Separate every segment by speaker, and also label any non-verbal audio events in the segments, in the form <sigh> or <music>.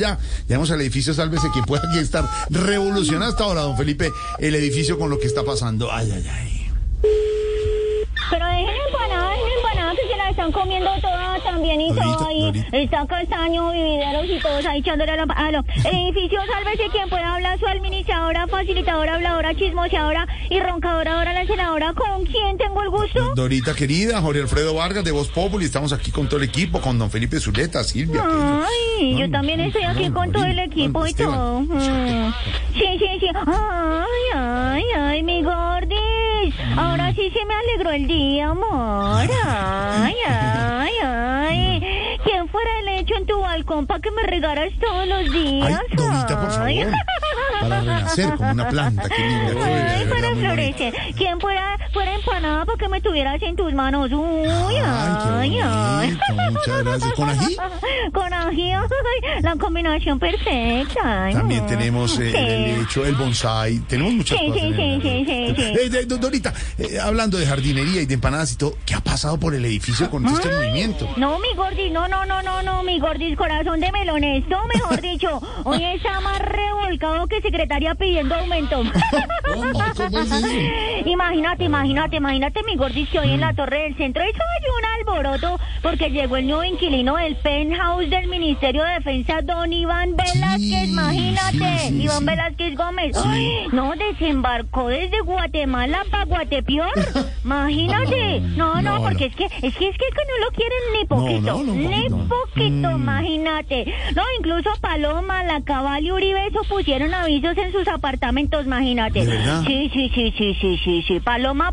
Speaker 1: Ya, llegamos al edificio, sálvese quien pueda aquí estar. Revolucionado hasta ahora, don Felipe, el edificio con lo que está pasando. Ay, ay, ay.
Speaker 2: Pero dejen empanadas, dejen empanadas que se las están comiendo todas también y
Speaker 1: Dorita,
Speaker 2: todo. Y
Speaker 1: Dorita.
Speaker 2: está Castaño, Vivideros y todos ahí echándole a la a lo- El edificio, sálvese quien pueda hablar, su administradora, facilitadora, habladora, chismoseadora y roncadora, ahora la senadora. ¿Con quién tengo el gusto?
Speaker 1: Dorita querida, Jorge Alfredo Vargas de Voz Populi, estamos aquí con todo el equipo, con don Felipe Zuleta, Silvia. Pedro.
Speaker 2: Ay, yo
Speaker 1: No,
Speaker 2: también
Speaker 1: no,
Speaker 2: estoy
Speaker 1: no,
Speaker 2: aquí con todo el
Speaker 1: Dorita,
Speaker 2: equipo y
Speaker 1: Esteban.
Speaker 2: todo. Mm. Sí, sí, sí. Ay, ay, ay, mi gordis. Ahora sí se me alegró el día, amor. Ay, ay, ay. ¿Quién fuera el hecho en tu balcón para que me regaras todos los días?
Speaker 1: Ay, Dorita, por
Speaker 2: Ay.
Speaker 1: favor.
Speaker 2: <laughs>
Speaker 1: Para renacer como una planta, qué linda. Jorge, de
Speaker 2: Ay,
Speaker 1: verdad, muy
Speaker 2: para
Speaker 1: bonito.
Speaker 2: florecer. ¿Quién fuera, fuera empanada para que me tuvieras en tus manos? Uy,
Speaker 1: Ay,
Speaker 2: ay,
Speaker 1: qué
Speaker 2: ay.
Speaker 1: bonito, muchas gracias. ¿Con ají?
Speaker 2: <laughs> Con ají, ay, la combinación perfecta. ay,
Speaker 1: También
Speaker 2: no.
Speaker 1: tenemos eh,
Speaker 2: Mm, Sí.
Speaker 1: el helecho, el bonsai, tenemos muchas
Speaker 2: Sí,
Speaker 1: cosas.
Speaker 2: sí,
Speaker 1: en el-
Speaker 2: sí, sí, sí, sí.
Speaker 1: Eh, de- do- Dorita, eh, hablando de jardinería y de empanadas y todo, ¿qué ha pasado por el edificio con este
Speaker 2: Ay,
Speaker 1: movimiento?
Speaker 2: No, mi gordis, no, no, no, no, no, mi gordis, corazón de melones, no,
Speaker 1: <laughs>
Speaker 2: mejor dicho, hoy está más revolcado que secretaria pidiendo
Speaker 1: <laughs>
Speaker 2: aumento.
Speaker 1: ¿Cómo es eso?
Speaker 2: Imagínate, imagínate, imagínate mi gordis que hoy
Speaker 1: Mm.
Speaker 2: en la torre del centro hizo hay un alboroto porque llegó el nuevo inquilino del penthouse del Ministerio de Defensa, don Iván Velázquez,
Speaker 1: Sí,
Speaker 2: imagínate,
Speaker 1: sí, sí,
Speaker 2: Iván
Speaker 1: sí.
Speaker 2: Velázquez Gómez.
Speaker 1: Sí.
Speaker 2: Ay, no, desembarcó desde Guatemala
Speaker 1: <laughs>
Speaker 2: para Guatepeor, imagínate. No,
Speaker 1: No,
Speaker 2: no,
Speaker 1: no.
Speaker 2: porque es que, es que, es que no lo quieren ni
Speaker 1: No,
Speaker 2: poquito,
Speaker 1: no, no, un
Speaker 2: ni
Speaker 1: poquito. Mm.
Speaker 2: poquito, imagínate. No, incluso Paloma, la Cabal y Uribe eso pusieron avisos en sus apartamentos, imagínate.
Speaker 1: ¿De verdad?
Speaker 2: Sí, sí, sí, sí, sí, sí, sí. Paloma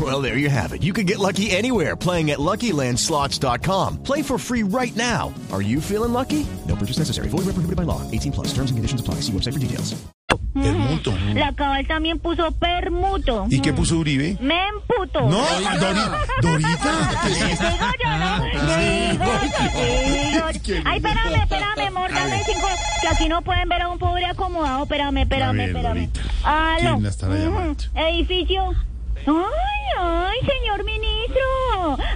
Speaker 3: Well, there you have it. You can get lucky anywhere playing at LuckyLandSlots.com. Play for free right now. Are you feeling lucky? No purchase necessary. Void where prohibited by law. 18 plus. Terms and conditions apply. See website for details.
Speaker 1: Permuto.
Speaker 2: Mm. La Cabal también puso permuto.
Speaker 1: ¿Y qué puso Uribe?
Speaker 2: Me emputo.
Speaker 1: No, Dorita.
Speaker 2: <laughs>
Speaker 1: Dorita.
Speaker 2: Digo yo, ¿no? Digo yo, digo yo. Ay, espérame, espérame, amor, dame cinco. Que aquí no pueden ver a un pobre acomodado. Espérame, espérame,
Speaker 1: A ver,
Speaker 2: espérame.
Speaker 1: Lolita,
Speaker 2: Aló.
Speaker 1: ¿quién la estará
Speaker 2: Ujú.
Speaker 1: llamando?
Speaker 2: Edificio. Ay, ay, señor ministro.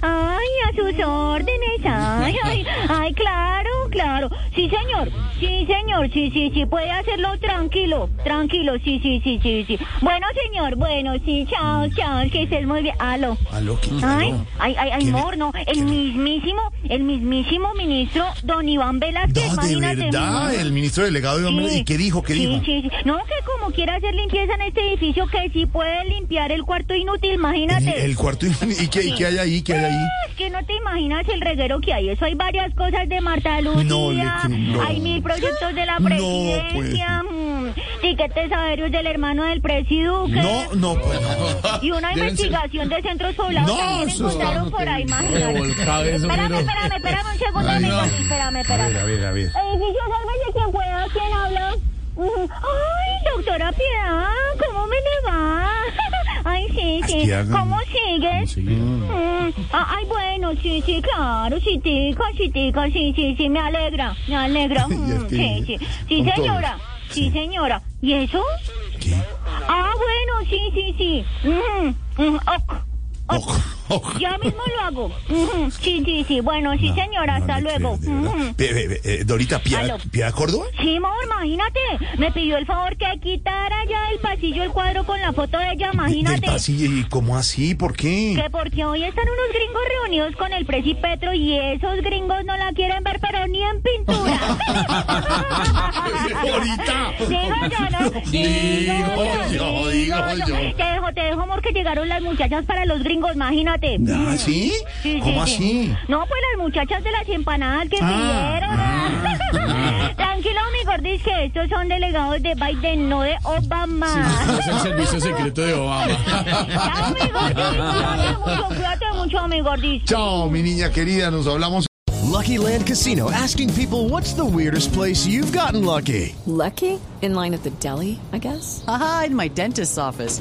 Speaker 2: Ay, a sus órdenes. Ay, ay, ay, claro, claro. Sí, señor. Sí, señor. Sí, sí, sí. Puede hacerlo tranquilo. Tranquilo. Sí, sí, sí, sí, sí. Bueno, señor. Bueno, sí. Chao, chao. Que estés muy bien. Aló.
Speaker 1: Aló, ¿qué
Speaker 2: Ay,
Speaker 1: aló?
Speaker 2: ay, ay, ay,
Speaker 1: ¿Quién-
Speaker 2: amor, no, el mismísimo, el mismísimo ministro don Iván Velázquez,
Speaker 1: No, de
Speaker 2: imagínate.
Speaker 1: verdad, el ministro delegado Iván Velázquez. ¿Y qué dijo? ¿Qué
Speaker 2: sí,
Speaker 1: dijo?
Speaker 2: Sí, sí. No, que como quiera hacer limpieza en este edificio, que sí puede limpiar el cuarto inútil,
Speaker 1: El,
Speaker 2: imagínate.
Speaker 1: el cuarto. ¿Y qué, y qué hay ahí? ¿Qué hay ahí?
Speaker 2: Es que no te imaginas el reguero que hay. Eso hay varias cosas de Marta Lucía.
Speaker 1: No le creo, no.
Speaker 2: Hay mil proyectos de la
Speaker 1: No, pues.
Speaker 2: presidencia. mm, Tiquetes aéreos del hermano del presiduque.
Speaker 1: No, no, pues,
Speaker 2: Y una investigación de centros poblados
Speaker 1: No,
Speaker 2: también
Speaker 1: eso
Speaker 2: encontraron por ahí, imagínate. Espérame, espérame, espérame un segundo,
Speaker 1: Ay,
Speaker 2: mi
Speaker 1: no.
Speaker 2: Gondi, espérame,
Speaker 1: A ver,
Speaker 2: espérame.
Speaker 1: a ver, a ver.
Speaker 2: Edificio, sálvese quien pueda, ¿quién habla? Ujú. Ay, doctora Piedad, ¿cómo me le va? <laughs> Ay, sí, sí.
Speaker 1: Piedad, ¿no?
Speaker 2: ¿Cómo sigues? Mm, ah, Ay, bueno, sí, sí, claro, sí, tica, sí, tica, sí, sí, sí, me alegra, me alegra.
Speaker 1: <laughs> Ya
Speaker 2: Mm,
Speaker 1: estoy
Speaker 2: Sí, sí, sí,
Speaker 1: con todo.
Speaker 2: señora, sí, señora. ¿Y eso?
Speaker 1: ¿Qué?
Speaker 2: Ah, bueno, sí, sí, sí. Mm, mm, ok, ok.
Speaker 1: Ojo, ojo.
Speaker 2: Ya mismo lo hago. Ujú. Sí, sí, sí. Bueno, sí, señora.
Speaker 1: No
Speaker 2: hasta
Speaker 1: le creo,
Speaker 2: luego.
Speaker 1: de verdad.
Speaker 2: Ujú.
Speaker 1: Ve, ve, ve, eh, Dorita, ¿Piedad
Speaker 2: Aló.
Speaker 1: Piedad Córdoba?
Speaker 2: Sí, amor, imagínate. Me pidió el favor que quitara ya del pasillo el cuadro con la foto de ella,
Speaker 1: Del
Speaker 2: imagínate.
Speaker 1: pasillo, ¿Y cómo así? ¿Por qué?
Speaker 2: Que porque hoy están unos gringos reunidos con el presi Petro y esos gringos no la quieren ver, pero ni en
Speaker 1: <laughs>
Speaker 2: pintura.
Speaker 1: Dorita.
Speaker 2: Digo yo,
Speaker 1: Digo yo,
Speaker 2: ¿no?
Speaker 1: digo yo.
Speaker 2: Te dejo, te dejo, amor, que llegaron las muchachas para los gringos, imagínate. chocolate.
Speaker 1: Ah, ¿sí?
Speaker 2: Sí, sí,
Speaker 1: ¿Cómo
Speaker 2: sí.
Speaker 1: así?
Speaker 2: No, pues las muchachas de las empanadas que
Speaker 1: Ah,
Speaker 2: pidieron. ¿eh? <laughs> Tranquilo, mi gordis, que estos son delegados de Biden, no de Obama.
Speaker 4: Es el servicio secreto de
Speaker 2: <laughs>
Speaker 4: Obama.
Speaker 2: Chao, mi gordis. Cuídate mucho, cuídate mucho, mi gordis.
Speaker 1: Chao, mi niña querida, nos hablamos.
Speaker 3: Lucky Land Casino asking people what's the weirdest place you've gotten lucky?
Speaker 5: Lucky? In line at the deli, I guess?
Speaker 6: Aha, in my dentist's office.